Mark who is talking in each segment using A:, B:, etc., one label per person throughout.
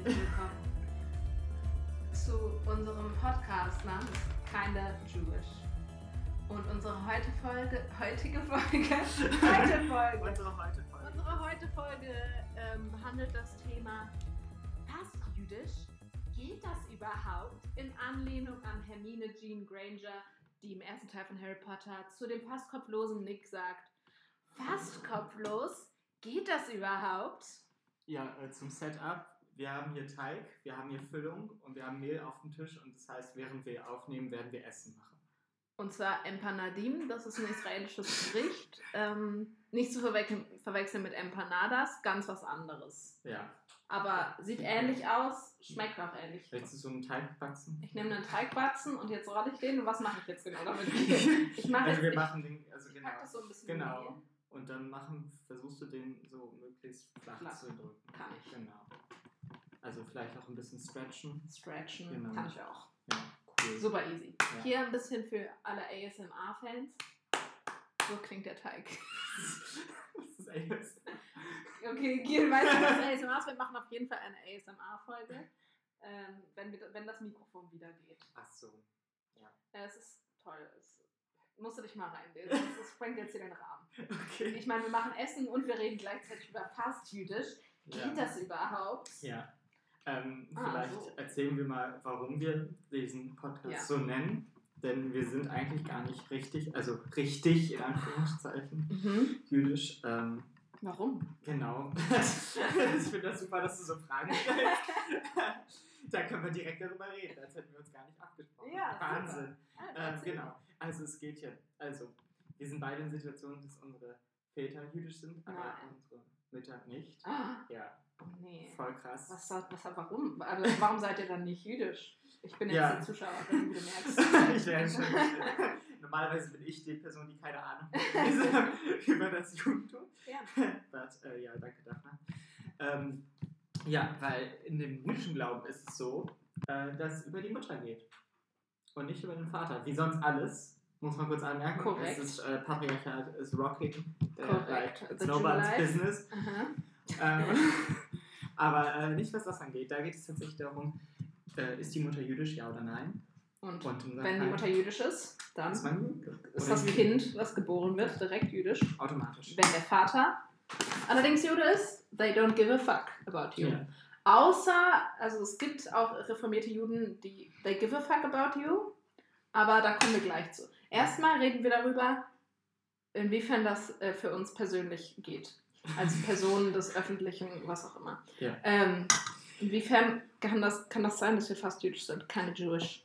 A: Islam is kinda Jewish. Und unsere heute Folge, heutige Folge, heute Folge,
B: Unsere heute Folge.
A: unsere heute Folge ähm, behandelt das Thema Fast jüdisch? Geht das überhaupt? In Anlehnung an Hermine Jean Granger, die im ersten Teil von Harry Potter zu dem fast kopflosen Nick sagt: Fast kopflos? Geht das überhaupt?
B: Ja, äh, zum Setup. Wir haben hier Teig, wir haben hier Füllung und wir haben Mehl auf dem Tisch und das heißt, während wir aufnehmen, werden wir Essen machen.
A: Und zwar Empanadim, das ist ein israelisches Gericht. Ähm, nicht zu verwechseln, verwechseln mit Empanadas, ganz was anderes.
B: Ja,
A: Aber sieht ähnlich aus, schmeckt auch ähnlich.
B: willst du so einen Teig batzen?
A: Ich nehme einen Teigbatzen und jetzt rolle ich den. Und was mache ich jetzt genau damit? Ich mache
B: also wir
A: jetzt,
B: machen den, also
A: ich, ich pack
B: genau.
A: das so ein bisschen in
B: Genau.
A: die-
B: Und dann machen, versuchst du den so möglichst flach,
A: Flach.
B: zu drücken.
A: Kann ich.
B: Genau. Also vielleicht auch ein bisschen stretchen.
A: Stretchen
B: Genau.
A: kann ich auch.
B: Ja, cool.
A: Super easy.
B: Ja.
A: Hier ein bisschen für alle ASMR-Fans. So klingt der Teig.
B: das ist echt.
A: Okay, Gil weiß nicht, was ASMR ist. Wir machen auf jeden Fall eine ASMR-Folge, ähm, wenn, wir- wenn das Mikrofon wieder geht.
B: Ach so.
A: Ja, es ist toll. Es, musst du dich mal reinlesen. Es, es sprengt jetzt hier den Rahmen.
B: Okay.
A: Ich meine, wir machen Essen und wir reden gleichzeitig über fast jüdisch. Geht
B: Ja.
A: das überhaupt?
B: Ja. Ähm,
A: Ah,
B: vielleicht
A: so.
B: erzählen wir mal, warum wir diesen Podcast
A: Ja.
B: so nennen. Denn wir sind eigentlich gar nicht richtig, also richtig in Anführungszeichen,
A: Mhm.
B: jüdisch. Ähm,
A: Warum?
B: genau. ich finde das super, dass du so Fragen stellst. da können wir direkt darüber reden, als hätten wir uns gar nicht abgesprochen.
A: Ja, super.
B: Wahnsinn.
A: Ah,
B: Ähm,
A: erzähl.
B: genau. Also es geht ja, also wir sind beide in Situationen, dass unsere Väter jüdisch sind, aber
A: Nein.
B: unsere Mütter nicht.
A: Ah,
B: Ja,
A: oh nee.
B: voll krass.
A: Was, soll- was, warum? Also, warum seid ihr dann nicht jüdisch? Ich bin jetzt
B: Ja.
A: die Zuschauerin, wie du
B: ich
A: merkst.
B: wäre schon. Normalerweise bin ich die Person, die keine Ahnung hat über das Judentum.
A: Ja.
B: But, äh, ja, danke Daphne. Ähm, ja, weil in dem jüdischen Glauben ist es so, äh, dass es über die Mutter geht und nicht über den Vater. Wie sonst alles, muss man kurz anmerken.
A: Korrekt.
B: Es ist äh, Patriarchat, is rocking. äh,
A: Korrekt.
B: like,
A: The
B: It's nobody's
A: Jew life.
B: business.
A: Aha.
B: Ähm, aber äh, nicht, was das angeht. Da geht es tatsächlich darum, äh, ist die Mutter jüdisch, ja oder nein?
A: Und
B: Und in unserem
A: wenn die
B: Fall-
A: Mutter jüdisch ist, dann
B: ist
A: ist
B: man oder
A: das
B: Jüdin?
A: Kind, das geboren wird, direkt jüdisch.
B: Automatisch.
A: Wenn der Vater allerdings Jude ist, they don't give a fuck about you.
B: Ja.
A: Außer, also es gibt auch reformierte Juden, die they give a fuck about you, aber da kommen wir gleich zu. Erstmal reden wir darüber, inwiefern das äh, für uns persönlich geht. Als Personen des Öffentlichen, was auch immer.
B: Ja.
A: Ähm, inwiefern kann das, kann das sein, dass wir fast jüdisch sind? Keine Jewish.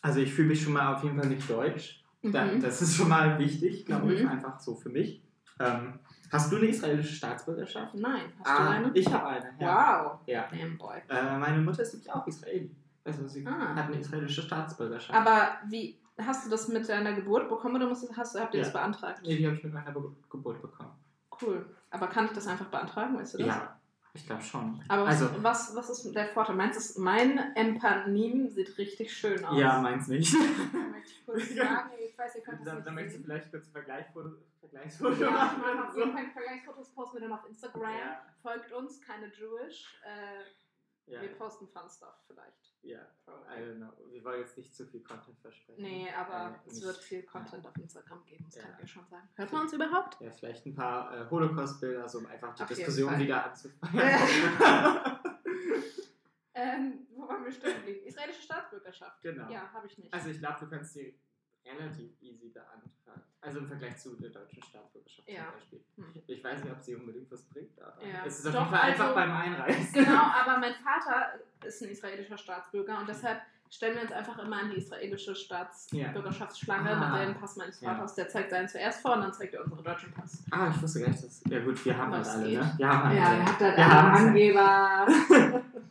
B: Also ich fühle mich schon mal auf jeden Fall nicht deutsch. Da,
A: Mhm.
B: Das ist schon mal wichtig, glaube ich,
A: Mhm.
B: einfach so für mich. Ähm, hast du eine israelische Staatsbürgerschaft?
A: Nein, hast
B: ah,
A: du eine?
B: Ich habe eine, ja.
A: Wow,
B: ja.
A: damn boy.
B: Äh, meine Mutter ist nämlich auch Israeli. Also sie
A: Ah.
B: hat eine israelische Staatsbürgerschaft.
A: Aber wie, hast du das mit deiner Geburt bekommen oder musst, du- hast, habt ihr
B: Ja.
A: das beantragt?
B: nee, die habe ich mit meiner Be Geburt bekommen.
A: Cool. Aber kann ich das einfach beantragen, weißt du das?
B: Ja, ich glaube schon.
A: Aber was,
B: Also-
A: was, was ist der Vorteil? Meinst du, es- mein Empanim sieht richtig schön aus?
B: Ja, meins nicht.
A: Möchte ich kurz sagen, ich weiß, ihr könnt das
B: da,
A: nicht
B: da möchtest du
A: sehen.
B: vielleicht kurz ein Vergleichsfoto, Vergleichsfoto
A: Ja, ich
B: machen.
A: mache auf
B: so.
A: jeden Fall Vergleichsfotos, posten wir dann auf Instagram.
B: Ja.
A: Folgt uns, keine Jewish. Äh,
B: Ja,
A: Wir posten Fun Stuff vielleicht.
B: ja, I don't know. Wir wollen jetzt nicht zu viel Content versprechen.
A: Nee, aber
B: Äh,
A: es
B: nicht.
A: wird viel Content auf Instagram geben, das
B: Ja.
A: kann ich ja schon sagen. Hört man uns überhaupt?
B: Ja, vielleicht ein paar äh, Holocaust-Bilder, so um einfach die
A: Auf jeden
B: Diskussion
A: Fall.
B: wieder
A: Ja.
B: anzufangen.
A: Ähm, wo waren wir stehen geblieben? Israelische Staatsbürgerschaft.
B: genau.
A: Ja, habe ich nicht.
B: Also ich glaube, du kannst die relativ easy beantragen. Also im Vergleich zu der deutschen Staatsbürgerschaft
A: Ja.
B: zum Beispiel.
A: Hm.
B: Ich weiß nicht, ob sie unbedingt was bringt, aber
A: Ja.
B: es ist auf
A: Doch,
B: jeden Fall einfach
A: also-
B: beim Einreisen.
A: Genau, aber mein Vater ist ein israelischer Staatsbürger und deshalb stellen wir uns einfach immer an die israelische Staatsbürgerschaftsschlange
B: Ja. Ah.
A: mit dem Pass meines
B: Ja.
A: Vaters. Der zeigt seinen zuerst vor und dann zeigt er unseren deutschen Pass.
B: Ah, ich wusste gar nicht, dass... Ja gut, wir haben
A: Aber
B: halt
A: es
B: alle,
A: geht.
B: ne? Wir haben alle.
A: Ja, ihr habt halt
B: Wir
A: einen
B: haben's.
A: Angeber.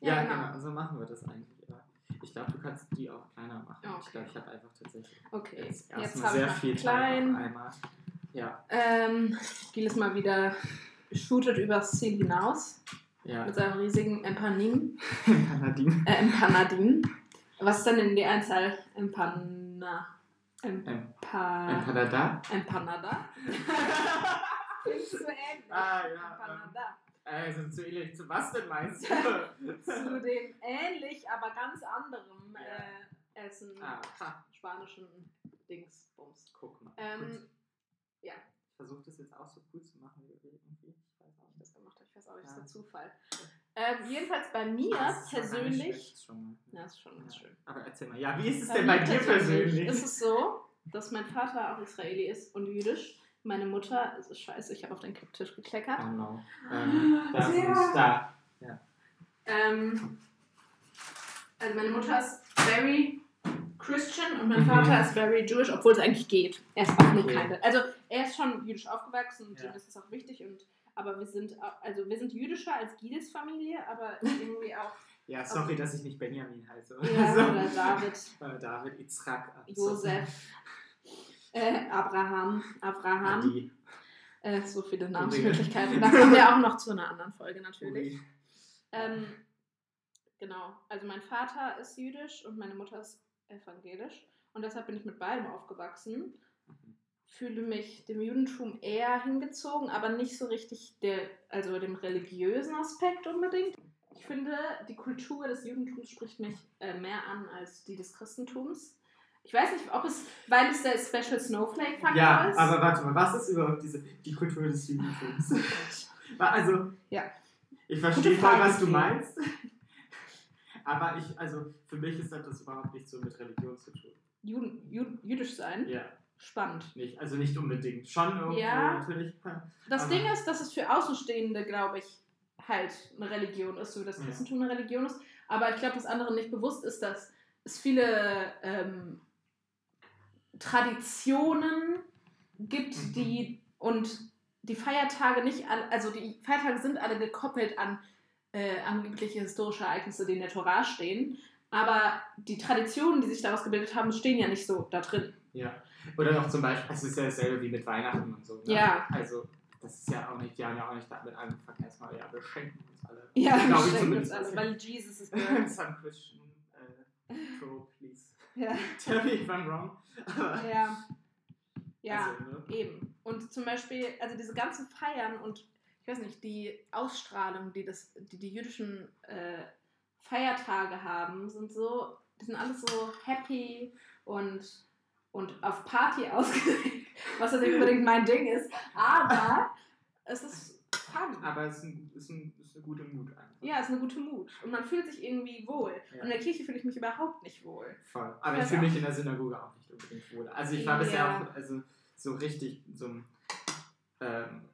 B: Ja,
A: ja,
B: genau.
A: genau.
B: so machen wir das eigentlich. Ja. Ich glaube, du kannst die auch kleiner machen.
A: Okay.
B: Ich glaube, ich habe einfach tatsächlich
A: Okay,
B: jetzt
A: jetzt,
B: erstmal
A: habe ich
B: sehr
A: noch
B: viel
A: einen
B: Teil auf
A: kleinen.
B: einmal. Ja,
A: Ähm, Gil ist mal wieder shootet übers Ziel hinaus
B: ja.
A: mit seinem riesigen Empanin.
B: Kanadin.
A: Äh, Empanadin. Was ist denn in die Einzahl? Empana. Empa.
B: Ein Kanada.
A: Empanada? Klingt so ähnlich.
B: Ah, ja,
A: Empanada.
B: Also zu ähnlich. Zu was denn meinst
A: Zu
B: du?
A: dem ähnlich, aber ganz anderem
B: Ja.
A: äh, Essen,
B: ah, ha,
A: spanischen Dingsbums.
B: guck mal.
A: Ähm, ja.
B: Ich versuche das jetzt auch so cool zu machen wie irgendwie. Ich weiß auch
A: ich
B: nicht.
A: das gemacht habe. Ich weiß auch nicht,
B: Ja.
A: das ist der Zufall. Ähm, jedenfalls bei mir
B: Ah, das ist schon gar nicht
A: persönlich.
B: schlecht schon mal.
A: Na, ist schon ganz
B: Ja.
A: schön.
B: Aber erzähl mal, ja, wie ist es
A: Bei
B: denn
A: mir
B: bei dir
A: persönlich
B: persönlich?
A: Ist es so, dass mein Vater auch Israeli ist und jüdisch. Meine Mutter, es ist scheiße, ich habe auf den Kipptisch gekleckert.
B: Oh no. Ähm, das
A: Ja.
B: ist da.
A: Ähm, also meine Mutter ist very Christian und mein Vater
B: Mhm.
A: ist very Jewish, obwohl es eigentlich geht. Er ist auch nur
B: Okay.
A: keine. Also er ist schon jüdisch aufgewachsen und
B: Ja.
A: ihm ist es auch wichtig und aber wir sind au- also wir sind jüdischer als Gides Familie, aber irgendwie auch
B: Ja, sorry, dass ich nicht Benjamin heiße.
A: ja,
B: So.
A: oder David,
B: Äh, David, Itzrak, äh,
A: Josef, äh, Abraham, Abraham.
B: Adi,
A: Äh, so viele
B: Uri.
A: Namensmöglichkeiten. Da kommen wir auch noch zu einer anderen Folge natürlich.
B: Uri.
A: Ähm, genau. Also mein Vater ist jüdisch und meine Mutter ist evangelisch. Und deshalb bin ich mit beidem aufgewachsen.
B: Mhm.
A: Fühle mich dem Judentum eher hingezogen, aber nicht so richtig der, also dem religiösen Aspekt unbedingt. Ich finde, die Kultur des Judentums spricht mich äh, mehr an als die des Christentums. Ich weiß nicht, ob es, weil es der Special Snowflake Faktor
B: Ja,
A: ist.
B: aber warte mal, was ist überhaupt diese, die Kultur des Judentums? Wa- also,
A: Ja.
B: ich verstehe
A: Gute
B: voll,
A: Frage,
B: was du
A: Fee.
B: meinst. Aber ich, also für mich ist das überhaupt nicht so mit Religion zu tun.
A: Juden, Jud, jüdisch sein,
B: Ja,
A: spannend.
B: nicht, also nicht unbedingt. Schon irgendwo
A: Ja.
B: natürlich.
A: Das
B: Aber-
A: Ding ist, dass es für Außenstehende, glaube ich, halt eine Religion ist, so wie das
B: Ja.
A: Christentum eine Religion ist. Aber ich glaube, dass anderen nicht bewusst ist, dass es viele ähm, Traditionen gibt,
B: Mhm.
A: die und die Feiertage nicht an, also die Feiertage sind alle gekoppelt an äh, angebliche historische Ereignisse, die in der Tora stehen. Aber die Traditionen, die sich daraus gebildet haben, stehen ja nicht so da drin.
B: Ja. Oder auch zum Beispiel, es ist ja dasselbe wie mit Weihnachten und so. Ne?
A: Ja.
B: Also, das ist ja auch nicht, die haben ja auch nicht damit angefangen, erstmal, ja, wir schenken uns alle.
A: Ja,
B: Glaub ich
A: stimmt,
B: zumindest.
A: also, weil Jesus ist birth.
B: Some Christian äh, Pro, please.
A: ja.
B: Tell me if I'm wrong. Aber,
A: Ja. Ja,
B: Also, ne?
A: eben. Und zum Beispiel, also diese ganzen Feiern und ich weiß nicht, die Ausstrahlung, die das, die, die jüdischen äh, Feiertage haben, sind so, die sind alles so happy und, und auf Party ausgelegt, was jetzt nicht
B: Hm.
A: unbedingt mein Ding ist, aber es ist fun.
B: Aber es ist, ein, ist, ein, ist eine gute Mut einfach.
A: Ja, es ist eine gute Mut und man fühlt sich irgendwie wohl.
B: Ja.
A: Und in der Kirche fühle ich mich überhaupt nicht wohl.
B: Voll. Aber
A: Ja,
B: ich fühle
A: ja.
B: mich in der Synagoge auch nicht unbedingt wohl. Also ich war bisher
A: Ja.
B: auch also, so richtig in so einem, ähm,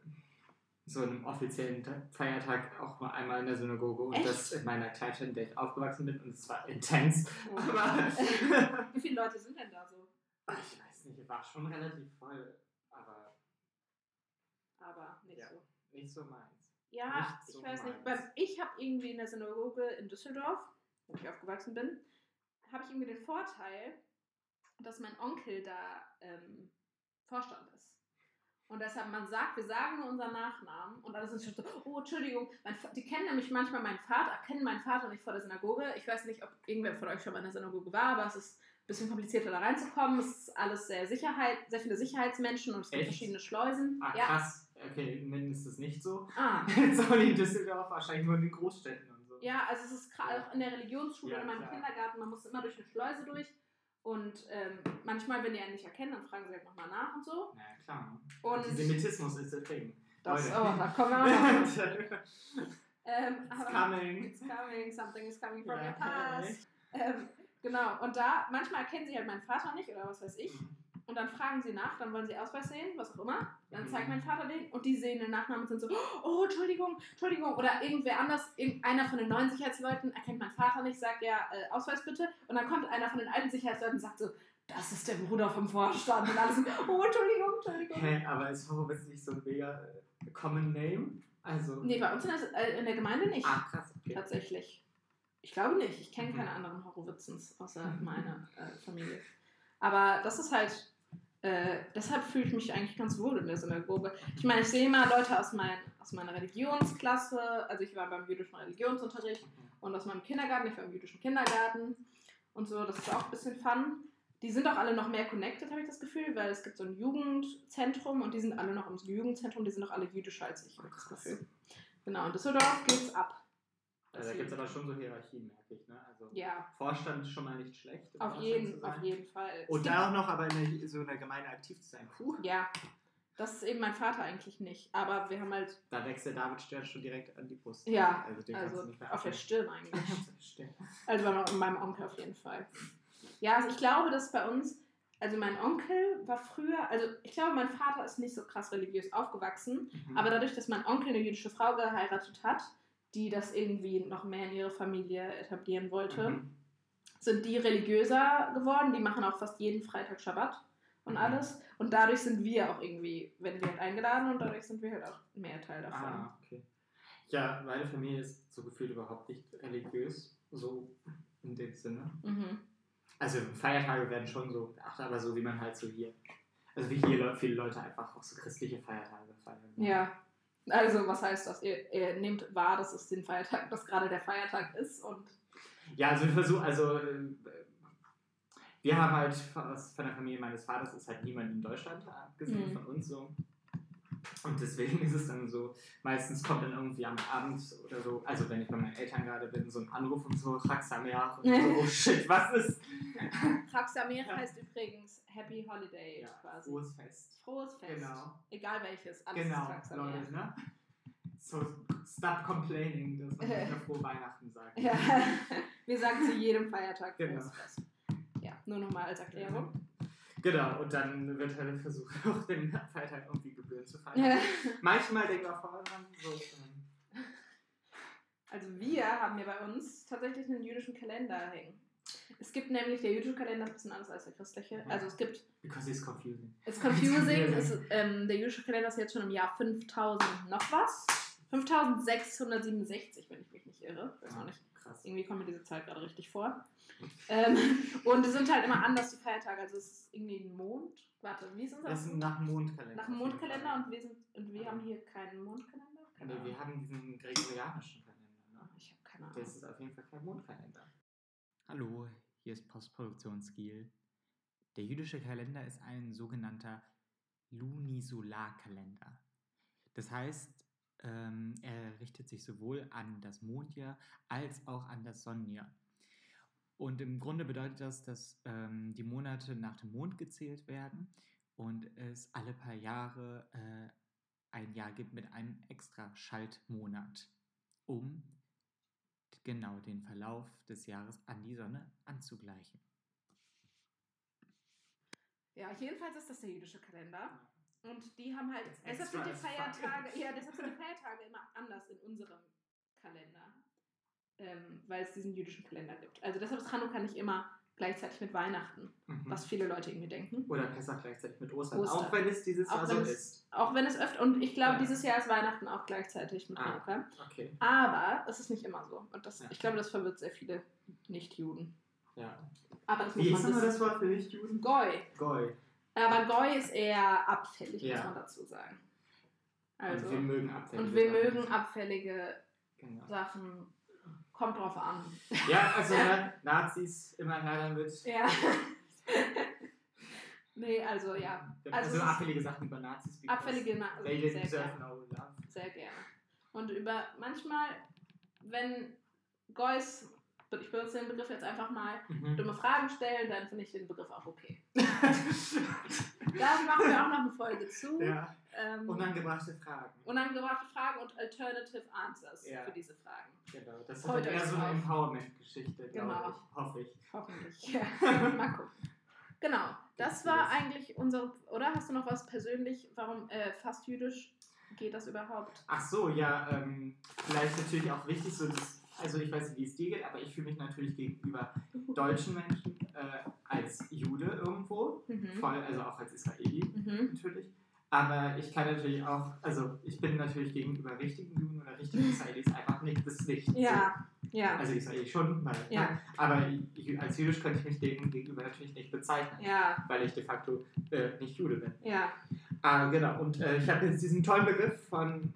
B: so einem offiziellen Ta- Feiertag auch mal einmal in der Synagoge und
A: Echt?
B: das in meiner Kleinstadt, in der ich aufgewachsen bin und es war intens. Aber
A: Wie viele Leute sind denn da so?
B: ich weiß nicht, war schon relativ voll, aber
A: Aber nicht
B: Ja.
A: so.
B: nicht so meins.
A: Ja,
B: Nicht so
A: ich weiß nicht.
B: meins.
A: weil Ich habe irgendwie in der Synagoge in Düsseldorf, wo ich aufgewachsen bin, habe ich irgendwie den Vorteil, dass mein Onkel da ähm, Vorstand ist. Und deshalb, man sagt, wir sagen nur unseren Nachnamen und alle sind schon so, oh, Entschuldigung. Mein, Fa- die kennen nämlich manchmal meinen Vater, kennen meinen Vater nicht vor der Synagoge. Ich weiß nicht, ob irgendwer von euch schon mal in der Synagoge war, aber es ist ein bisschen komplizierter da reinzukommen. Es ist alles sehr Sicherheit, sehr viele Sicherheitsmenschen und es gibt
B: Echt?
A: verschiedene Schleusen.
B: Ah,
A: ja.
B: krass. Okay, mindestens nicht so.
A: Ah.
B: Jetzt auch nicht in Düsseldorf, wahrscheinlich nur in den Großstädten und so.
A: Ja, also es ist gerade
B: Ja.
A: auch in der Religionsschule
B: Ja,
A: oder in meinem
B: klar.
A: Kindergarten, man muss immer durch eine Schleuse durch. Und ähm, manchmal, wenn die einen nicht erkennen, dann fragen sie halt nochmal nach und so.
B: Na ja, klar.
A: Und
B: Antisemitismus ist a thing.
A: das,
B: Leute.
A: oh, da kommen wir auch noch. drauf.
B: It's
A: ähm, aber
B: coming.
A: it's coming, something is coming from
B: Ja,
A: your past. Ähm, genau, und da, manchmal erkennen sie halt meinen Vater nicht oder was weiß ich. Und dann fragen sie nach, dann wollen sie Ausweis sehen, was auch immer. Dann
B: Mhm.
A: zeigt mein Vater den und die sehen den Nachnamen und sind so, oh, Entschuldigung, Entschuldigung. Oder irgendwer anders, irgendeiner von den neuen Sicherheitsleuten erkennt meinen Vater nicht, sagt ja, äh, Ausweis bitte. Und dann kommt einer von den alten Sicherheitsleuten und sagt so, das ist der Bruder vom Vorstand. Und alle so, oh, Entschuldigung, Entschuldigung.
B: Hä, aber ist Horror jetzt nicht so ein mega äh, common name? Also.
A: Nee, bei uns in der, äh, in der Gemeinde nicht,
B: Ah, krass, okay.
A: tatsächlich. Ich glaube nicht. Ich kenne
B: Mhm.
A: keine anderen Horowitzens außer meiner äh, Familie. Aber das ist halt, äh, deshalb fühle ich mich eigentlich ganz wohl in der Synagoge. Ich meine, ich sehe immer Leute aus, mein, aus meiner Religionsklasse, also ich war beim jüdischen Religionsunterricht
B: Mhm.
A: und aus meinem Kindergarten, ich war im jüdischen Kindergarten und so, das ist auch ein bisschen fun. Die sind auch alle noch mehr connected, habe ich das Gefühl, weil es gibt so ein Jugendzentrum und die sind alle noch im Jugendzentrum, die sind noch alle jüdischer als ich, habe ich das
B: Krass.
A: Gefühl. Genau, in Düsseldorf geht's ab.
B: Also, da gibt es aber schon so Hierarchien, merke ich. Ne? Also
A: Ja,
B: Vorstand ist schon mal nicht schlecht. um
A: auf
B: Vorstand zu
A: jeden,
B: sein.
A: auf jeden Fall.
B: Und
A: Es
B: da auch noch aber in der, so in der Gemeinde aktiv zu sein. Puh.
A: gibt- Ja, das ist eben mein Vater eigentlich nicht. Aber wir haben halt
B: Da wächst der David Stern schon direkt an die Brust.
A: Ja,
B: also den kannst
A: also
B: du nicht mehr
A: auf der
B: abschneiden.
A: Stirn eigentlich.
B: Stern.
A: Also bei me- meinem Onkel auf jeden Fall. Ja, also ich glaube, dass bei uns, also mein Onkel war früher, also ich glaube, mein Vater ist nicht so krass religiös aufgewachsen,
B: Mhm.
A: aber dadurch, dass mein Onkel eine jüdische Frau geheiratet hat, die das irgendwie noch mehr in ihre Familie etablieren wollte,
B: Mhm.
A: sind die religiöser geworden. Die machen auch fast jeden Freitag Schabbat und
B: Mhm.
A: alles. Und dadurch sind wir auch irgendwie, wenn wir halt eingeladen und dadurch sind wir halt auch mehr Teil davon.
B: Ah, okay. Ja, meine Familie ist so gefühlt überhaupt nicht religiös, so in dem Sinne.
A: Mhm.
B: Also Feiertage werden schon so beachtet, aber so wie man halt so hier. Also wie hier Leu- viele Leute einfach auch so christliche Feiertage feiern.
A: Ja. Also, was heißt das? Ihr, ihr nehmt wahr, dass es den Feiertag, dass gerade der Feiertag ist und
B: Ja, also wir versuchen, also äh, wir haben halt aus- von der Familie meines Vaters ist halt niemand in Deutschland, abgesehen
A: Mhm.
B: von uns so. Und deswegen ist es dann so, meistens kommt dann irgendwie am Abend oder so, also wenn ich bei meinen Eltern gerade bin, so ein Anruf und so, Raxameach und so, oh shit, was ist?
A: Chag Sameach
B: Ja.
A: heißt übrigens Happy Holiday
B: Ja,
A: quasi.
B: frohes Fest.
A: Frohes Fest.
B: Genau.
A: Egal welches. Alles ist
B: Genau,
A: Chag Sameach.
B: Leute, ne? So, stop complaining, dass man nicht mehr frohe Weihnachten sagt.
A: Ja. Wir sagen zu jedem Feiertag
B: Genau.
A: Frohes Fest. Ja, nur nochmal als Erklärung.
B: Genau, und dann wird halt versucht, auch den Feiertag irgendwie Gebühren zu feiern.
A: also,
B: Manchmal denkt man vorher dran, so, ähm,
A: Also wir haben hier bei uns tatsächlich einen jüdischen Kalender hängen. Es gibt nämlich, der jüdische Kalender ist ein bisschen anders als der christliche.
B: Mhm.
A: Also, es gibt
B: because it's confusing.
A: It's confusing. es, ist, ähm, der jüdische Kalender ist jetzt schon im Jahr 5000 noch was. 5667, wenn ich mich nicht irre. Weiß auch nicht.
B: Krass.
A: Irgendwie kommt mir diese Zahl gerade richtig vor. Ähm, und die sind halt immer anders, die Feiertage. Also es ist irgendwie ein Mond. Warte, wie ist unser?
B: Das ist nach dem Mondkalender.
A: Nach dem Mondkalender und wir, sind, und wir
B: Ja.
A: haben hier keinen Mondkalender? Keine
B: Nee,
A: Ahnung.
B: wir haben diesen gregorianischen Kalender, ne?
A: Ich habe keine Ahnung.
B: Das ist auf jeden Fall kein Mondkalender. Hallo, hier ist Postproduktionsgil. Der jüdische Kalender ist ein sogenannter Lunisolarkalender. Das heißt, ähm, er richtet sich sowohl an das Mondjahr als auch an das Sonnenjahr. Und im Grunde bedeutet das, dass ähm, die Monate nach dem Mond gezählt werden und es alle paar Jahre äh, ein Jahr gibt mit einem extra Schaltmonat, um genau den Verlauf des Jahres an die Sonne anzugleichen.
A: Ja, jedenfalls ist das der jüdische Kalender. Und die haben halt,
B: Jetzt
A: deshalb sind die
B: extra als Fuck.
A: Feiertage, ja, deshalb sind die Feiertage immer anders in unserem Kalender, ähm, weil es diesen jüdischen Kalender gibt. Also deshalb ist Hanukkah nicht immer gleichzeitig mit Weihnachten,
B: Hm.
A: was viele Leute irgendwie denken.
B: Mhm. Oder Pessach gleichzeitig mit Ostern,
A: Ostern.
B: auch wenn es dieses
A: Auch
B: Jahr so
A: wenn es-
B: ist.
A: Auch wenn es öfter, und ich glaube,
B: Ja.
A: dieses Jahr ist Weihnachten auch gleichzeitig mit
B: Ah.
A: Hanukkah.
B: Okay,
A: Aber es ist nicht immer so. Und das,
B: Ja.
A: ich glaube, das verwirrt sehr viele Nicht-Juden.
B: ja.
A: Aber das muss
B: Wie
A: man
B: ist nochmal
A: wissen.
B: das Wort für dich, Juden?
A: Goi.
B: Goy.
A: Aber Goi ist eher abfällig, muss
B: Ja.
A: man dazu sagen. Also,
B: und wir mögen abfällige
A: und wir
B: Sachen.
A: mögen abfällige
B: Genau.
A: Sachen. Kommt drauf an.
B: Ja, also ne, Nazis immer leider mit.
A: Ja. nee, also ja. Also
B: Also,
A: es ist-
B: abfällige Sachen über Nazis. because
A: Abfällige Na
B: They
A: sehr
B: didn't
A: gerne.
B: deserve no love.
A: Sehr gerne. Und über manchmal, wenn Goys, ich benutze den Begriff jetzt einfach mal,
B: Mhm.
A: dumme Fragen stellen, dann finde ich den Begriff auch okay. Da machen wir auch noch eine Folge zu.
B: ja.
A: Ähm,
B: Unangebrachte Fragen.
A: unangebrachte Fragen und Alternative Answers
B: Ja.
A: für diese Fragen.
B: Genau. Das ist
A: Freut
B: eher
A: euch
B: so eine
A: drauf.
B: Empowerment-Geschichte,
A: Genau.
B: glaube ich. Hoffe ich.
A: Hoffentlich. Ja. Mal gucken. Genau, das war eigentlich unsere. Oder hast du noch was persönlich? Warum äh, fast jüdisch geht das überhaupt?
B: Ach so, ja, ähm, vielleicht natürlich auch wichtig, so das, also ich weiß nicht, wie es dir geht, aber ich fühle mich natürlich gegenüber deutschen Menschen äh, als Jude irgendwo,
A: Mhm.
B: voll, also auch als Israeli
A: Mhm.
B: natürlich. Aber ich kann natürlich auch, also ich bin natürlich gegenüber richtigen Juden oder richtigen Israelis einfach nicht das Licht.
A: Ja,
B: So.
A: ja,
B: Also Israeli schon, weil, ne,
A: Ja.
B: aber ich, als jüdisch könnte ich mich denen gegenüber natürlich nicht bezeichnen,
A: ja,
B: weil ich de facto äh, nicht Jude bin.
A: ja.
B: Ah, genau. Und äh, ich habe jetzt diesen tollen Begriff von.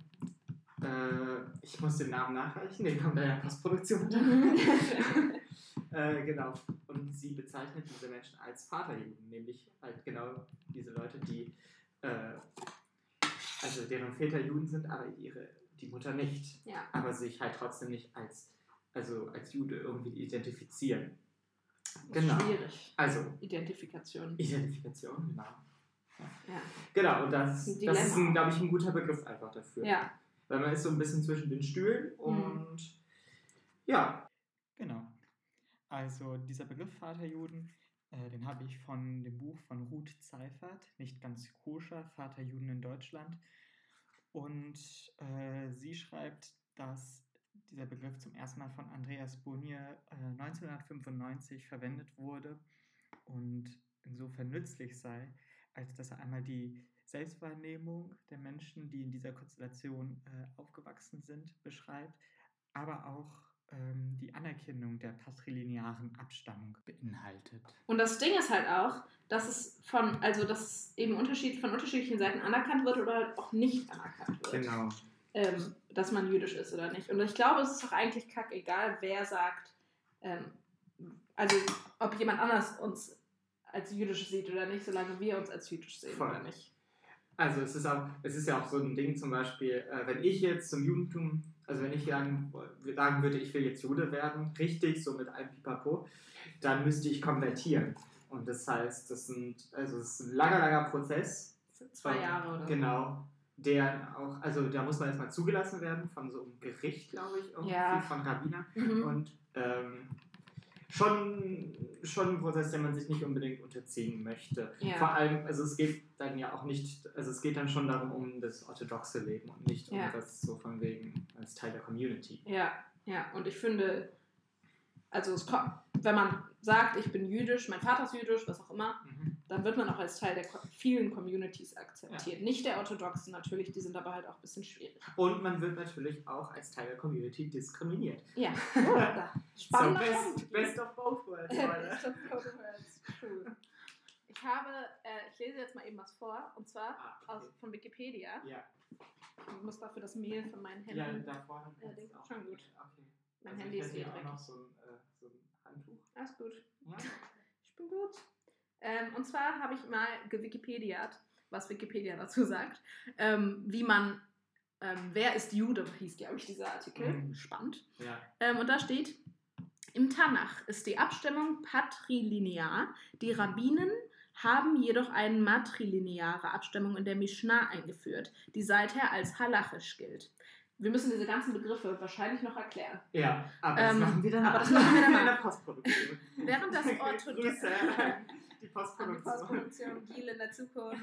B: Äh, ich muss den Namen nachreichen, den kommt in der Postproduktion. äh, genau. Und sie bezeichnet diese Menschen als Vaterjuden, nämlich halt genau diese Leute, die. Äh, also deren Väter Juden sind, aber ihre
C: die Mutter nicht,
A: Ja.
C: aber sich halt trotzdem nicht als, also als Jude irgendwie identifizieren. Genau.
A: Schwierig.
C: Also,
A: Identifikation.
C: Identifikation, genau.
A: Ja.
C: Genau, und das,
A: Ein
C: das ist,
A: Dilemma.
C: glaube ich, ein guter Begriff einfach dafür.
A: ja. Mhm.
C: Weil man ist so ein bisschen zwischen den Stühlen und ja.
B: Genau. Also dieser Begriff Vaterjuden, äh, den habe ich von dem Buch von Ruth Seifert, nicht ganz koscher, Vaterjuden in Deutschland. Und äh, sie schreibt, dass dieser Begriff zum ersten Mal von Andreas Bonnier äh, 1995 verwendet wurde und insofern nützlich sei, als dass er einmal die Selbstwahrnehmung der Menschen, die in dieser Konstellation äh, aufgewachsen sind, beschreibt, aber auch ähm, die Anerkennung der patrilinearen Abstammung beinhaltet.
A: Und das Ding ist halt auch, dass es von, also dass es eben unterschied, von unterschiedlichen Seiten anerkannt wird oder halt auch nicht anerkannt wird.
C: Genau.
A: ähm, dass man jüdisch ist oder nicht. Und ich glaube, es ist doch eigentlich kackegal, wer sagt, ähm, also ob jemand anders uns als jüdisch sieht oder nicht, solange wir uns als jüdisch sehen
C: Voll.
A: oder nicht.
C: Also es ist, auch, es ist ja auch so ein Ding zum Beispiel, äh, wenn ich jetzt zum Judentum, also wenn ich sagen, sagen würde, ich will jetzt Jude werden, richtig, so mit allem Pipapo, dann müsste ich konvertieren. Und das heißt, das, sind, also es ist ein langer, langer Prozess.
A: Das sind zwei Jahre oder so.
C: Genau. Der auch, also da muss man erstmal zugelassen werden von so einem Gericht, glaube ich, irgendwie
A: Ja.
C: von Rabbiner.
A: Mhm.
C: Und ähm, schon, schon ein Prozess, den man sich nicht unbedingt unterziehen möchte.
A: Ja.
C: Vor allem, also es geht dann ja auch nicht, also es geht dann schon darum, um das orthodoxe Leben und nicht um
A: Ja.
C: das so von wegen als Teil der Community.
A: Ja, ja. Und ich finde, also es kommt, wenn man sagt, ich bin jüdisch, mein Vater ist jüdisch, was auch immer,
C: Mhm.
A: dann wird man auch als Teil der Ko- vielen Communities akzeptiert. Nicht der orthodoxen natürlich, die sind aber halt auch ein bisschen schwierig.
C: Und man wird natürlich auch als Teil der Community diskriminiert.
A: Ja, oh, da. spannender
C: so
A: Punkt.
C: best, best of both worlds, Leute.
A: Best of both worlds. True. Ich habe, äh, ich lese jetzt mal eben was vor, und zwar
C: Ah, okay.
A: aus, von Wikipedia.
C: Ja,
A: Ich muss dafür das Mail von meinem Handy.
C: ja, da vorne.
A: Ja, den-
C: auch.
A: schon gut.
C: Okay.
A: mein
C: Also
A: Handy
C: ich
A: ist
C: hätte
A: eh
C: ja auch
A: dreckig.
C: noch so ein, äh, so ein Handtuch.
A: Alles gut.
C: Ja.
A: Ich bin gut. Ähm, und zwar habe ich mal gewikipediat, was Wikipedia dazu sagt, ähm, wie man, ähm, wer ist Jude, hieß, glaube ich, dieser Artikel.
C: Mhm.
A: Spannend.
C: ja.
A: Ähm, und da steht, im Tanach ist die Abstimmung patrilinear. Die Rabbinen haben jedoch eine matrilineare Abstimmung in der Mishnah eingeführt, die seither als halachisch gilt. Wir müssen diese ganzen Begriffe wahrscheinlich noch erklären.
C: Ja, aber das
A: Ähm,
C: machen wir danach.
A: aber das machen wir danach.
C: In der Postproduktion.
A: Während das
C: Grüße
A: orthodoxe
C: an die
A: an die
C: Postproduktion.
A: Postproduktion Giel in der Zukunft.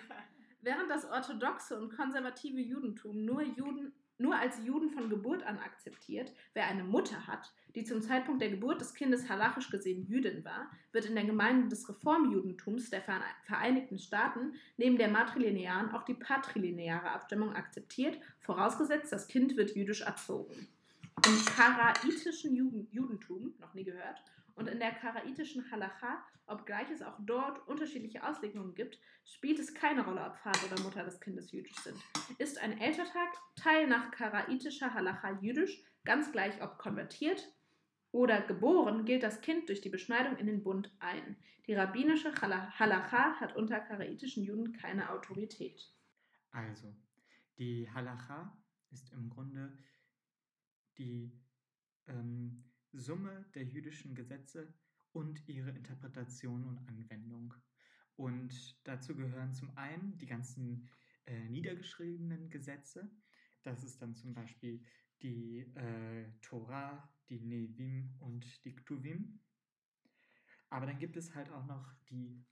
A: Während das orthodoxe und konservative Judentum nur Juden nur als Juden von Geburt an akzeptiert, wer eine Mutter hat, die zum Zeitpunkt der Geburt des Kindes halachisch gesehen Jüdin war, wird in der Gemeinde des Reformjudentums der Vere- Vereinigten Staaten neben der matrilinearen auch die patrilineare Abstammung akzeptiert, vorausgesetzt, das Kind wird jüdisch erzogen. Im karaitischen Jugend- Judentum, noch nie gehört, und in der karaitischen Halacha, obgleich es auch dort unterschiedliche Auslegungen gibt, spielt es keine Rolle, ob Vater oder Mutter des Kindes jüdisch sind. Ist ein Eltertag Teil nach karaitischer Halacha jüdisch, ganz gleich ob konvertiert oder geboren, gilt das Kind durch die Beschneidung in den Bund ein. Die rabbinische Hala- Halacha hat unter karaitischen Juden keine Autorität.
B: Also, die Halacha ist im Grunde die ähm, Summe der jüdischen Gesetze und ihre Interpretation und Anwendung. Und dazu gehören zum einen die ganzen äh, niedergeschriebenen Gesetze. Das ist dann zum Beispiel die äh, Torah, die Nevim und die Ktuvim. Aber dann gibt es halt auch noch die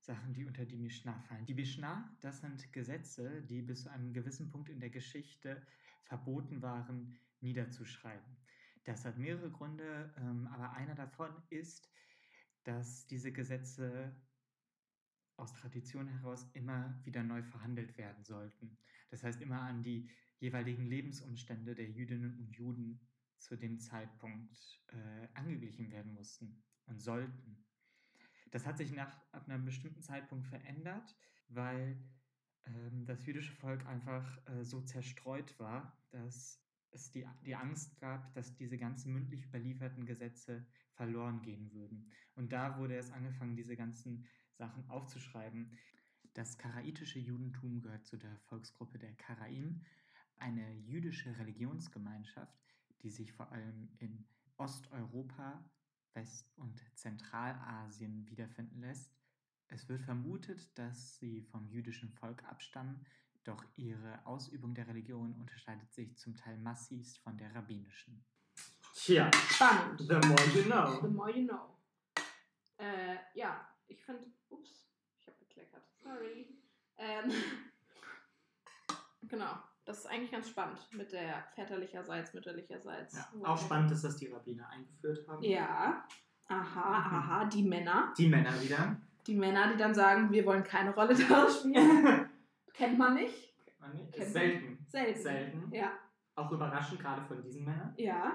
B: Sachen, die unter die Mishnah fallen. Die Mishnah, das sind Gesetze, die bis zu einem gewissen Punkt in der Geschichte verboten waren, niederzuschreiben. Das hat mehrere Gründe, ähm, aber einer davon ist, dass diese Gesetze aus Tradition heraus immer wieder neu verhandelt werden sollten. Das heißt, immer an die jeweiligen Lebensumstände der Jüdinnen und Juden zu dem Zeitpunkt äh, angeglichen werden mussten und sollten. Das hat sich nach ab einem bestimmten Zeitpunkt verändert, weil ähm, das jüdische Volk einfach äh, so zerstreut war, dass es die, die Angst gab, dass diese ganzen mündlich überlieferten Gesetze verloren gehen würden. Und da wurde erst angefangen, diese ganzen Sachen aufzuschreiben. Das karaitische Judentum gehört zu der Volksgruppe der Karaim,
D: eine jüdische Religionsgemeinschaft, die sich vor allem in Osteuropa, West- und Zentralasien wiederfinden lässt. Es wird vermutet, dass sie vom jüdischen Volk abstammen, doch ihre Ausübung der Religion unterscheidet sich zum Teil massivst von der rabbinischen.
B: Tja,
A: Spannend.
B: the more
A: The
B: you know.
A: more you know. Äh, ja, ich finde. Ups, ich habe gekleckert. Sorry. Ähm, genau. Das ist eigentlich ganz spannend mit der väterlicherseits, mütterlicherseits.
B: Ja,
A: Wow.
B: auch spannend ist, dass die Rabbiner eingeführt haben.
A: Ja. Aha, aha, die Männer.
B: Die Männer wieder.
A: Die Männer, die dann sagen, wir wollen keine Rolle darin spielen. Kennt man nicht.
B: Man nicht.
A: Kennt
B: Ist selten.
A: Selten.
B: Selten.
A: Ja,
B: Auch überraschend, gerade von diesen Männern.
A: ja.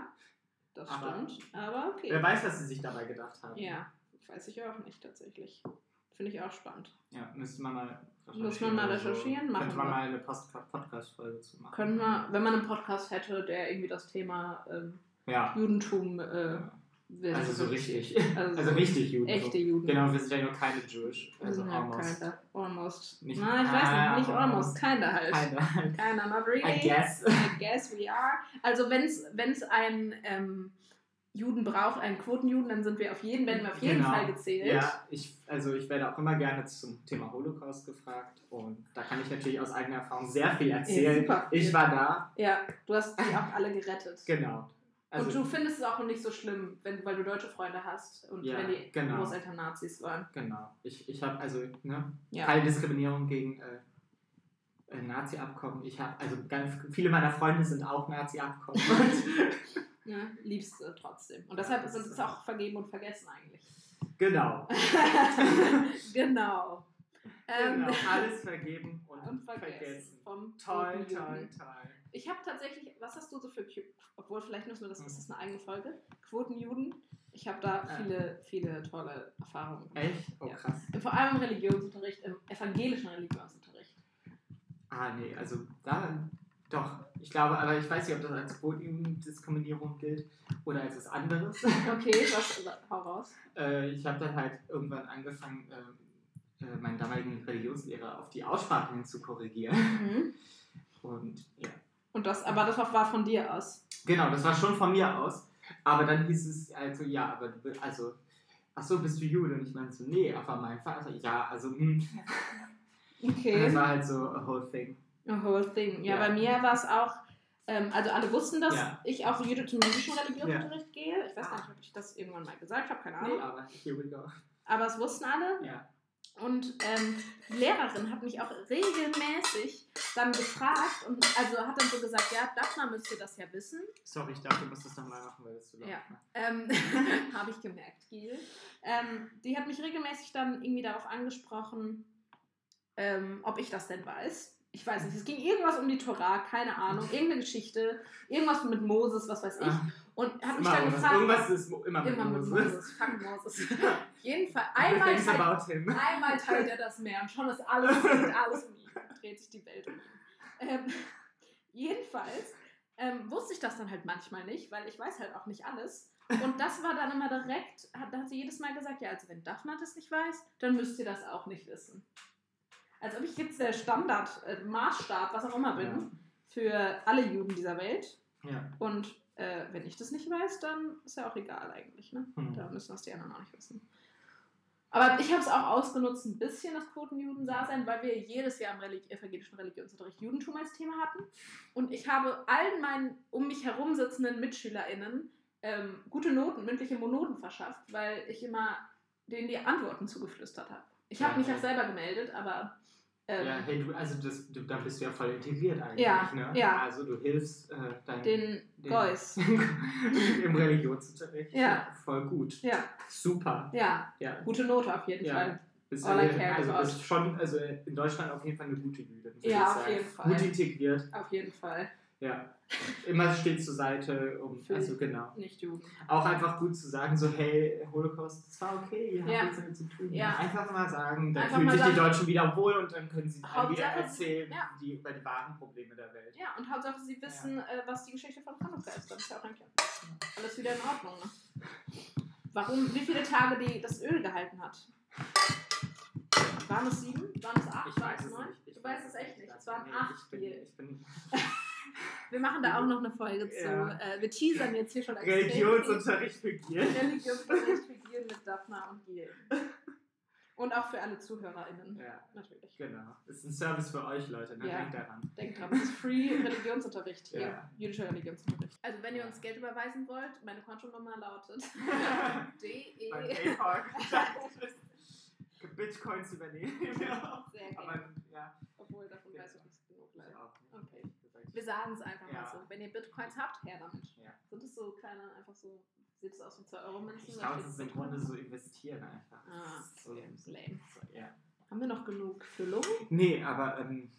A: Das
B: Aber-
A: stimmt. Aber okay.
B: Wer weiß, was sie sich dabei gedacht haben.
A: Ja, weiß ich auch nicht tatsächlich. Finde ich auch spannend.
B: Ja, müsste man mal recherchieren.
A: Muss man mal
B: oder so.
A: recherchieren,
B: Könnte
A: machen
B: man
A: wir.
B: mal eine Post- Podcast-Folge zu machen.
A: Können wir, wenn man einen Podcast hätte, der irgendwie das Thema ähm,
B: Ja.
A: Judentum äh, will.
B: Also so richtig.
A: Also,
B: Also richtig Juden.
A: echte Juden.
B: Genau, wir sind ja nur keine Jewish. Also
A: Also ja,
B: almost.
A: Kinder. Almost.
B: Nicht-
A: Na, ich weiß
B: Ah,
A: nicht, nicht almost.
B: almost.
A: Kinder halt.
B: Keine.
A: Kinder, not really.
B: I guess.
A: I guess we are. Also wenn es einen ähm, Juden braucht, einen Quotenjuden, dann sind wir auf jeden, werden wir auf jeden
B: Genau.
A: Fall gezählt.
B: Ja, ich, also ich werde auch immer gerne zum Thema Holocaust gefragt und da kann ich natürlich aus eigener Erfahrung sehr viel erzählen.
A: super viel.
B: ich war da,
A: ja, du hast die auch alle gerettet.
B: genau.
A: und du findest es auch nicht so schlimm, wenn, weil du deutsche Freunde hast und
B: Ja,
A: wenn die
B: genau.
A: Großeltern Nazis waren.
B: Genau. Ich, ich habe also ne,
A: Ja.
B: keine Diskriminierung gegen äh, äh, Nazi-Abkommen. Ich habe also ganz viele meiner Freunde sind auch Nazi-Abkommen.
A: Ne? Liebst du trotzdem. Und
B: Ja,
A: deshalb
B: das
A: sind
B: ist
A: es
B: so.
A: auch vergeben und vergessen eigentlich.
B: genau.
A: genau. Ähm,
B: genau. Alles vergeben und,
A: Und vergessen.
B: vergessen.
A: Vom
B: Toll,
A: guten
B: toll,
A: Juden.
B: toll.
A: Ich habe tatsächlich, was hast du so für, Q- obwohl vielleicht müssen wir das, ist das eine eigene Folge, Quotenjuden. Ich habe da
B: Ja.
A: viele, viele tolle Erfahrungen. gemacht.
B: Echt? Oh
A: Ja.
B: krass.
A: Und Vor allem im Religionsunterricht, im evangelischen Religionsunterricht.
B: Ah, nee, also da doch. Ich glaube, aber ich weiß nicht, ob das als Quotendiskriminierung gilt oder als was anderes.
A: Okay, was, hau raus.
B: äh, ich habe dann halt irgendwann angefangen, ähm, äh, meinen damaligen Religionslehrer auf die Aussprache hin zu korrigieren. Und ja.
A: Und das, aber das war war von dir aus.
B: Genau, das war schon von mir aus. Aber dann hieß es, also, ja, aber du bist, also, ach so, bist du Jude? Und ich meinte so, nee, aber mein Vater, ja, also, hm. Und
A: Okay.
B: Das war halt so a whole thing.
A: A whole thing. Ja,
B: Ja.
A: bei mir war es auch, ähm, also alle wussten, dass
B: Ja.
A: ich auch jüdi- zum jüdischen Religionsunterricht gehe. Ich weiß gar nicht, ob ich das irgendwann mal gesagt habe, keine
B: Nee,
A: Ahnung.
B: aber here we go.
A: Aber es wussten alle.
B: Ja.
A: Und ähm, die Lehrerin hat mich auch regelmäßig dann gefragt und also hat dann so gesagt, ja, Daphna müsste das ja wissen.
B: Sorry, ich dachte, du musst das nochmal machen, weil das zu laut
A: Ja.
B: war.
A: Ähm, Habe ich gemerkt, Gil. Ähm, die hat mich regelmäßig dann irgendwie darauf angesprochen, ähm, ob ich das denn weiß. Ich weiß nicht, es ging irgendwas um die Torah, keine Ahnung, irgendeine Geschichte, irgendwas mit Moses, was weiß ich.
B: Ah,
A: Und hat mich
B: immer
A: dann
B: irgendwas-
A: gefragt.
B: Irgendwas ist mo- immer mit
A: immer mit
B: Moses.
A: Moses, fuck Moses. Auf jeden Fall, einmal halt
B: Thinks
A: teilt,
B: about him.
A: einmal teilt er das Meer und schon ist alles, geht alles um ihn, dreht sich die Welt um ihn. Ähm, jedenfalls ähm, wusste ich das dann halt manchmal nicht, weil ich weiß halt auch nicht alles. Und das war dann immer direkt, hat, da hat sie jedes Mal gesagt, ja, also wenn Daphne das nicht weiß, dann müsst ihr das auch nicht wissen. Als ob ich jetzt der Standard, äh, Maßstab, was auch immer bin,
B: Ja.
A: für alle Juden dieser Welt.
B: Ja.
A: Und äh, wenn ich das nicht weiß, dann ist ja auch egal eigentlich. Ne?
B: Hm.
A: Da müssen das die anderen auch nicht wissen. Aber ich habe es auch ausgenutzt, ein bisschen das Quotenjudendasein, weil wir jedes Jahr im Religi evangelischen Religionsunterricht Judentum als Thema hatten. Und ich habe allen meinen um mich herum sitzenden MitschülerInnen ähm, gute Noten, mündliche Monoten verschafft, weil ich immer denen die Antworten zugeflüstert habe. Ich habe
B: Ja,
A: mich
B: ja.
A: auch selber gemeldet, aber ähm,
B: Ja, hey, du, also das, du, da bist du ja voll integriert eigentlich,
A: Ja,
B: ne?
A: ja.
B: Also du hilfst äh, deinen
A: den, Geus.
B: Im Religionsunterricht.
A: Ja.
B: Voll gut.
A: Ja,
B: Super.
A: ja,
B: Ja.
A: gute Note auf jeden
B: Ja.
A: Fall.
B: Bist
A: All I
B: du-
A: care
B: also
A: about.
B: bist schon also in Deutschland auf jeden Fall eine gute Jüdin. würde
A: Ja,
B: ich
A: auf
B: sagen.
A: jeden Fall.
B: Gut integriert.
A: Auf jeden Fall.
B: Ja. Immer steht zur Seite. Um,
A: Für-
B: also genau.
A: Nicht Juden.
B: Auch einfach gut zu sagen, so hey, Holocaust, das war okay, ihr habt
A: Ja.
B: nichts damit zu tun.
A: Ja.
B: Einfach mal sagen, dann
A: Einfach
B: fühlen
A: mal
B: sich die
A: sagen.
B: Deutschen wieder wohl und dann können sie dann wieder
A: Hauptsache, sie-
B: erzählen
A: ja.
B: die, über die wahren Probleme der Welt.
A: Ja, und Hauptsache, sie wissen, äh, was die Geschichte von Hanukkah ist. Dann ist ja auch eigentlich alles wieder in Ordnung. Ne? Warum, wie viele Tage die das Öl gehalten hat? Waren es sieben? Waren es acht?
B: Ich
A: Waren
B: weiß es
A: neun?
B: nicht. Ich
A: du weißt es echt nicht. Es waren
B: Nee,
A: acht
B: Ich bin,
A: Spiele.
B: ich bin
A: Wir machen da auch noch eine Folge zu.
B: Ja.
A: Äh, wir teasern jetzt hier schon extrem
B: Religionsunterricht für
A: viel.
B: Gier.
A: Religionsunterricht für Giel mit Daphna und Giel. Und auch für alle ZuhörerInnen,
B: Ja,
A: natürlich.
B: genau. Ist ein Service für euch, Leute. Ne?
A: Ja.
B: Denkt daran.
A: Denkt dran, es ist free Religionsunterricht hier.
B: Ja.
A: Jüdischer Religionsunterricht. Also, wenn ihr uns Geld überweisen wollt, meine Kontonummer lautet
B: Beim
A: DE.
B: PayPal. Bitcoins übernehmen. Ja.
A: Sehr gerne.
B: Aber ja,
A: Obwohl, davon weiß ich nicht genug,
B: ich
A: leider.
B: auch. nicht.
A: Okay. Wir sagen es einfach
B: Ja.
A: mal so. Wenn ihr Bitcoins habt, her damit.
B: Ja.
A: Sind es so kleine, einfach so, sieht es aus wie 2-Euro-Münzen?
B: Ich glaube, es ist im Grunde so investieren einfach.
A: Ah,
B: so,
A: okay. ist lame.
B: so, ja.
A: Haben wir noch genug Füllung?
B: Nee, aber ähm,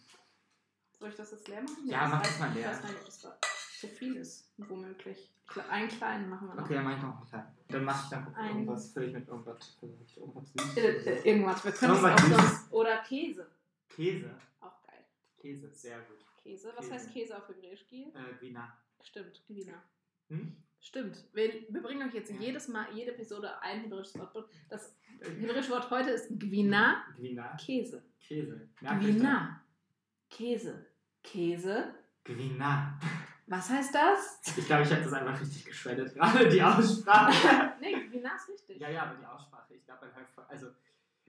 A: Soll ich das jetzt leer machen?
B: Ja,
A: das
B: mach
A: reicht.
B: das mal leer.
A: Ich weiß gar nicht, ob das da zu viel ist, womöglich. Kle- Einen kleinen machen wir noch.
B: okay, dann mach ich noch einen kleinen. Dann mach ich dann
A: Ein-
B: irgendwas, fülle ich mit irgendwas, fülle ich irgendwas
A: Äh, äh,
B: Süßes.
A: irgendwas, wir können es
B: Irgendwas
A: auch
B: Süßes.
A: sonst. Oder Käse.
B: Käse.
A: Auch geil.
B: Käse, sehr gut.
A: Käse. Was
B: Käse.
A: heißt Käse auf Hebräisch? Giel?
B: Äh, Wiener.
A: Stimmt, Gewinner.
B: Hm?
A: Stimmt. Wir, wir bringen euch jetzt
B: Ja. Äh.
A: jedes Mal, jede Episode ein hebräisches Wort. durch. Das hebräische Wort heute ist Gwina,
B: Wiener.
A: Käse.
B: Käse. Merkt euch das.
A: Gwina, Käse. Käse.
B: Wiener.
A: Was heißt das?
B: Ich glaube, ich habe das einfach richtig geschreddet, gerade die Aussprache.
A: Nee, Gwina ist richtig.
B: ja, ja, aber die Aussprache. Ich glaube, man hört voll- also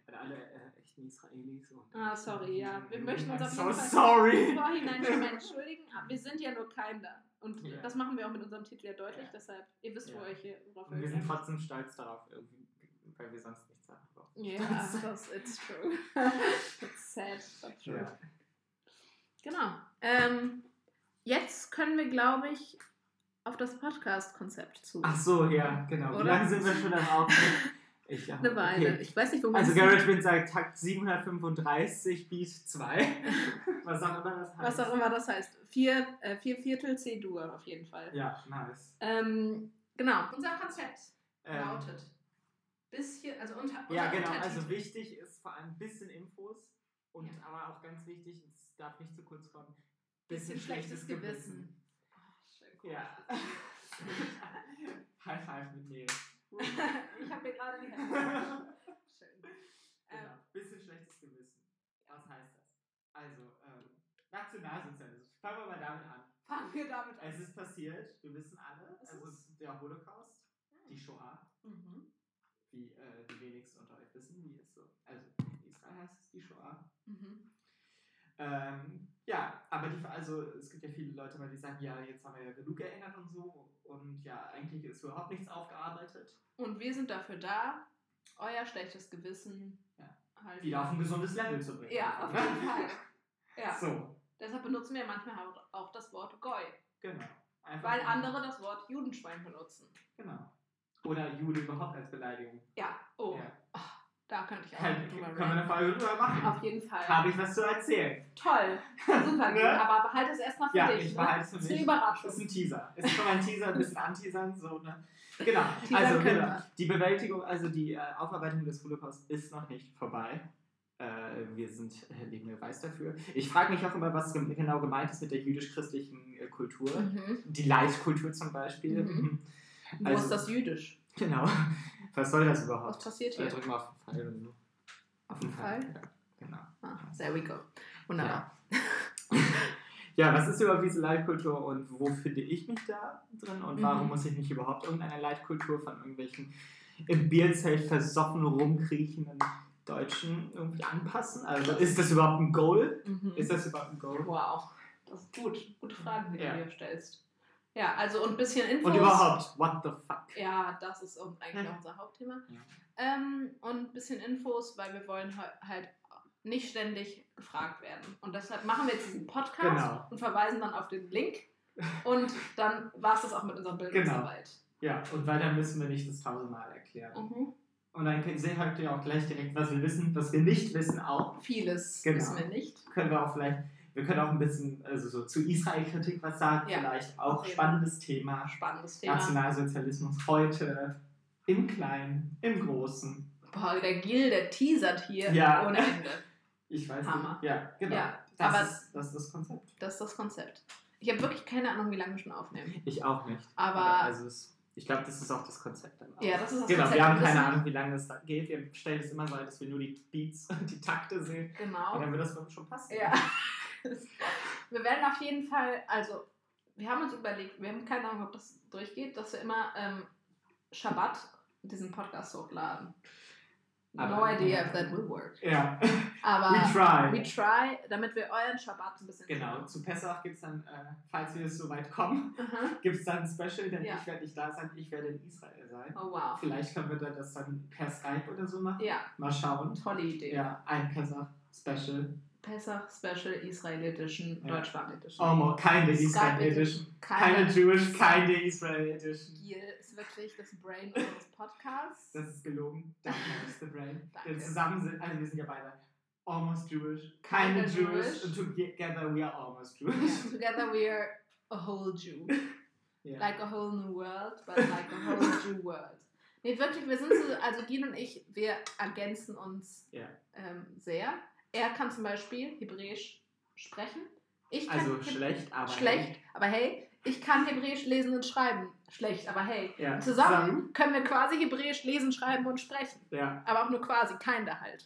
B: an alle äh, echten Israelis. Und
A: Ah, sorry, ja. Wir möchten uns
B: I'm
A: auf
B: so
A: jeden Fall im
B: sorry.
A: Vorhinein schon mal entschuldigen. Aber wir sind ja nur Kinder. Und
B: Ja.
A: das machen wir auch mit unserem Titel ja deutlich.
B: Ja.
A: Deshalb, ihr wisst, wo
B: Ja.
A: euch hier, worauf
B: Und wir
A: ihr
B: sind trotzdem stolz darauf, irgendwie, weil wir sonst nichts haben.
A: Ja,
B: stolz.
A: das it's true. it's sad, but true. Genau. Ähm, jetzt können wir, glaube ich, auf das Podcast-Konzept zu.
B: Ach so, ja, genau.
A: Oder?
B: Wie lange sind wir schon am Aufnehmen? Ich, ja,
A: Eine Weile.
B: okay.
A: Ich weiß nicht, wo man
B: Also
A: das-
B: GarageBand sagt Takt 735, Beat 2. Was auch immer das heißt.
A: was auch immer das heißt. Vier, äh, vier Viertel C-Dur auf jeden Fall.
B: Ja, nice.
A: Ähm, genau. Unser Konzept
B: Ähm,
A: bisschen, also unter,
B: Ja, genau. Also wichtig ist vor allem ein bisschen Infos und aber auch ganz wichtig, es darf nicht zu kurz kommen.
A: Bisschen schlechtes Gewissen.
B: Ja. High five mit Neil.
A: ich habe mir gerade die Hände. Schön.
B: Genau.
A: Ähm.
B: Bisschen schlechtes Gewissen. Was heißt das? Also, ähm, Nationalsozialismus. Fangen wir mal damit an.
A: fangen wir damit an.
B: Es ist passiert, wir wissen alle.
A: Es
B: Also
A: ist-
B: es ist der Holocaust, die Shoah,
A: Mhm.
B: wie äh, die wenigsten unter euch wissen, wie es so. Also in Israel heißt es die Shoah.
A: Mhm.
B: Ähm, ja, aber die, also es gibt ja viele Leute, mal, die sagen, ja, jetzt haben wir ja genug erinnert und so. Und ja, eigentlich ist überhaupt nichts aufgearbeitet.
A: Und wir sind dafür da, euer schlechtes Gewissen
B: Ja.
A: halt
B: Wieder auf ein gesundes Level zu bringen.
A: Ja, auf jeden Fall. Ja.
B: So,
A: Deshalb benutzen wir manchmal auch, auch das Wort Goi,
B: genau. Einfach
A: weil
B: nur-
A: andere das Wort Judenschwein benutzen.
B: Genau. Oder Jude überhaupt als Beleidigung.
A: Ja, oh,
B: Ja.
A: Ach, da könnte ich auch
B: Kann,
A: noch
B: kann
A: drüber
B: man eine
A: reden.
B: Folge drüber machen.
A: Auf jeden Fall.
B: Habe ich was zu erzählen?
A: Toll, super, gut.
B: Ne?
A: aber behalte es erstmal für
B: Ja,
A: dich.
B: ich
A: ne?
B: behalte es für
A: Zur
B: mich.
A: Überraschung.
B: Das ist ein Teaser. Es ist schon mal ein Teaser, ein bisschen anteasern. So, ne? Genau.
A: Teasern
B: Also,
A: können
B: genau.
A: wir.
B: Die Bewältigung, also die äh, Aufarbeitung des Holocaust ist noch nicht vorbei. Äh, wir sind äh, lebende Beweis dafür. Ich frage mich auch immer, was gem- genau gemeint ist mit der jüdisch-christlichen äh, Kultur.
A: Mhm.
B: Die Leitkultur zum Beispiel.
A: Mhm. Wo
B: Also-
A: ist das jüdisch?
B: Genau. Was soll das überhaupt?
A: Was passiert
B: Äh,
A: hier?
B: drück mal auf den Pfeil oder so.
A: Auf den Fall?
B: Ja, genau.
A: Ah, there we go. Wunderbar.
B: Ja, was ist überhaupt diese Leitkultur und wo finde ich mich da drin und warum
A: Mhm.
B: muss ich mich überhaupt irgendeiner Leitkultur von irgendwelchen im Bierzelt versoffen rumkriechenden Deutschen irgendwie anpassen? Also ist das überhaupt ein Goal?
A: Mhm.
B: Ist das überhaupt ein Goal?
A: Wow, das ist gut. Gute Fragen, die
B: Ja.
A: du dir stellst. Ja, also und ein bisschen Infos.
B: Und überhaupt, what the fuck?
A: Ja, das ist un- eigentlich
B: Ja.
A: auch unser Hauptthema.
B: Ja.
A: Ähm, und ein bisschen Infos, weil wir wollen he- halt nicht ständig gefragt werden. Und deshalb machen wir jetzt diesen Podcast
B: Genau.
A: und verweisen dann auf den Link. Und dann war es das auch mit unserer Bildungsarbeit.
B: Ja, und weiter müssen wir nicht das tausendmal erklären.
A: Mhm.
B: Und dann könnt- seht halt ihr auch gleich direkt, was wir wissen, was wir nicht wissen auch.
A: Vieles
B: Genau.
A: wissen wir nicht.
B: Können wir auch vielleicht, wir können auch ein bisschen also so zu Israel-Kritik was sagen,
A: Ja.
B: vielleicht
A: Auf
B: auch
A: jeden
B: spannendes Thema.
A: Spannendes Thema.
B: Nationalsozialismus heute, im Kleinen, im Großen.
A: Boah, der Gil, der teasert hier
B: Ja.
A: ohne Ende.
B: Ich weiß
A: Hammer.
B: nicht. Ja, genau.
A: Ja,
B: das,
A: aber-
B: ist, das ist das Konzept.
A: Das ist das Konzept. Ich habe wirklich keine Ahnung, wie lange wir schon aufnehmen.
B: Ich auch nicht.
A: Aber-
B: also es, ich glaube, das ist auch das Konzept. Dann auch.
A: Ja, das ist das
B: genau,
A: Konzept.
B: wir haben
A: Wir
B: keine
A: wissen-
B: Ahnung, wie lange das da geht. Wir stellen es immer so ein, dass wir nur die Beats und die Takte sehen. Und
A: Genau.
B: dann wird das schon passen.
A: Ja. Wir werden auf jeden Fall, also wir haben uns überlegt, wir haben keine Ahnung, ob das durchgeht, dass wir immer ähm, Schabbat diesen Podcast hochladen. no
B: Aber-
A: idea if that will work.
B: Ja,
A: Aber
B: we try.
A: we try, damit wir euren Schabbat ein bisschen.
B: Genau, zu Pessach gibt es dann, äh, falls wir es so weit kommen,
A: Aha.
B: gibt es dann ein Special, denn
A: Ja.
B: ich werde nicht da sein, ich werde in Israel sein.
A: Oh wow.
B: Vielleicht können wir da das dann per Skype oder so machen.
A: Ja,
B: Mal schauen.
A: tolle Idee.
B: Ja, ein Pessach-Special.
A: Pesach Special Israel Edition,
B: Ja.
A: Deutschland Edition.
B: Oh, keine
A: Skype
B: Israel Edition. Keine Jewish, keine Israel Edition.
A: Giel ist wirklich das Brain unseres Podcasts.
B: Das ist gelogen. Danke, Mr. Brain.
A: Danke.
B: Wir zusammen sind, also wir sind ja beide almost Jewish, keine
A: Keine
B: Jewish,
A: Jewish.
B: and together we are almost Jewish.
A: Yeah, Together we are a whole Jew.
B: Ja.
A: Like a whole new world, but like a whole Jew world. Nee, wirklich, wir sind so, also Dean und ich, wir ergänzen uns
B: Ja.
A: ähm, sehr. Er kann zum Beispiel Hebräisch sprechen. Ich kann
B: Also
A: Heb-
B: schlecht, aber.
A: schlecht, aber hey, ich kann Hebräisch lesen und schreiben. Schlecht, aber hey.
B: Ja.
A: Zusammen können wir quasi Hebräisch lesen, schreiben und sprechen.
B: Ja.
A: Aber auch nur quasi, keiner halt.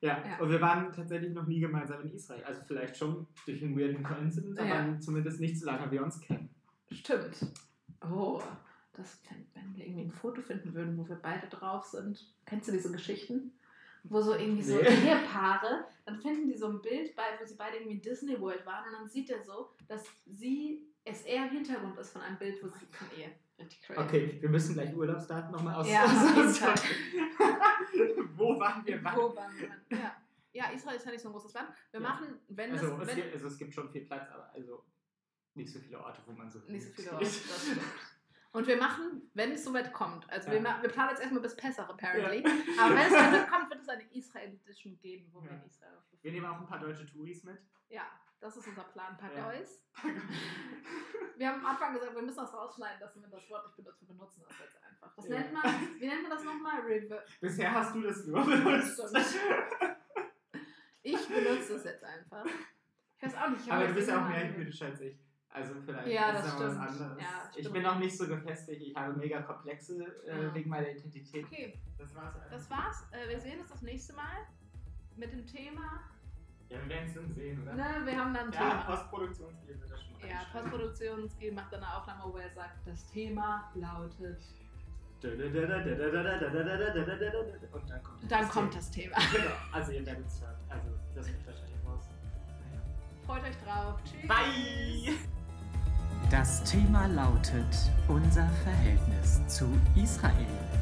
B: ja,
A: Ja.
B: Und wir waren tatsächlich noch nie gemeinsam in Israel. Also vielleicht schon durch einen weirden Coincidence, aber
A: Ja.
B: zumindest nicht so lange wir uns kennen.
A: Stimmt. Oh, das, wenn, wenn wir irgendwie ein Foto finden würden, wo wir beide drauf sind. Kennst du diese Geschichten? Wo so irgendwie so
B: Nee.
A: Ehepaare, dann finden die so ein Bild bei, wo sie beide irgendwie in Disney World waren und dann sieht er so, dass sie, es eher im Hintergrund ist von einem Bild, wo sie von Ehe. Richtig crazy.
B: Okay, wir müssen gleich Urlaubsdaten nochmal aus.
A: Ja, auf jeden Fall.
B: Wo waren wir wann?
A: Wo waren wir? dann? Ja. ja, Israel ist ja nicht so ein großes Land. Wir
B: Ja.
A: machen, wenn
B: Also
A: das.
B: es,
A: Wenn,
B: gibt, also es gibt schon viel Platz, aber also nicht so viele Orte, wo man so
A: nicht so viele
B: hingeht.
A: Orte, das stimmt. Und wir machen, wenn es soweit kommt. Also
B: Ja.
A: wir, ma- wir planen jetzt erstmal bis Pessach, apparently.
B: Ja.
A: Aber wenn es dann kommt, wird es eine Israel Edition geben, wo wir
B: Ja.
A: in Israel aufgeführt
B: Wir nehmen auch ein paar deutsche Touris mit.
A: Ja, das ist unser Plan, Pack
B: Ja.
A: Eus. Wir haben am Anfang gesagt, wir müssen das rausschneiden, dass wir das Wort nicht benutzen. Wir benutzen das jetzt einfach. Das
B: Ja.
A: nennt man, wie nennt man das nochmal? Rever
B: Bisher hast du das nur benutzt.
A: ich benutze das jetzt einfach. Ich weiß auch nicht. ich hab
B: Aber du
A: das
B: bist ja auch
A: immer
B: mehr
A: mal-
B: jüdisch als ich. Also vielleicht
A: Ja,
B: ist
A: das
B: da was
A: stimmt.
B: anderes.
A: Ja, das
B: ich
A: stimmt.
B: bin noch nicht so gefestigt. Ich habe mega komplexe äh,
A: Ja.
B: wegen meiner Identität.
A: Okay,
B: Das war's. also.
A: das war's. Äh, Wir sehen uns das nächste Mal mit dem Thema.
B: ja, wir werden es dann sehen, oder?
A: Ne, wir haben dann ein
B: Ja,
A: Thema.
B: Postproduktionsspiel wird das schon
A: Ja, Postproduktionsgil macht dann eine Aufnahme, wo er sagt, das Thema lautet.
B: Postproduktion. Und dann kommt
A: Dann
B: das
A: kommt
B: Thema.
A: das Thema.
B: Genau. Also ihr werdet es hören. Also das wird wahrscheinlich raus. Naja.
A: Freut euch drauf. Tschüss.
B: Bye!
D: Das Thema lautet Unser Verhältnis zu Israel.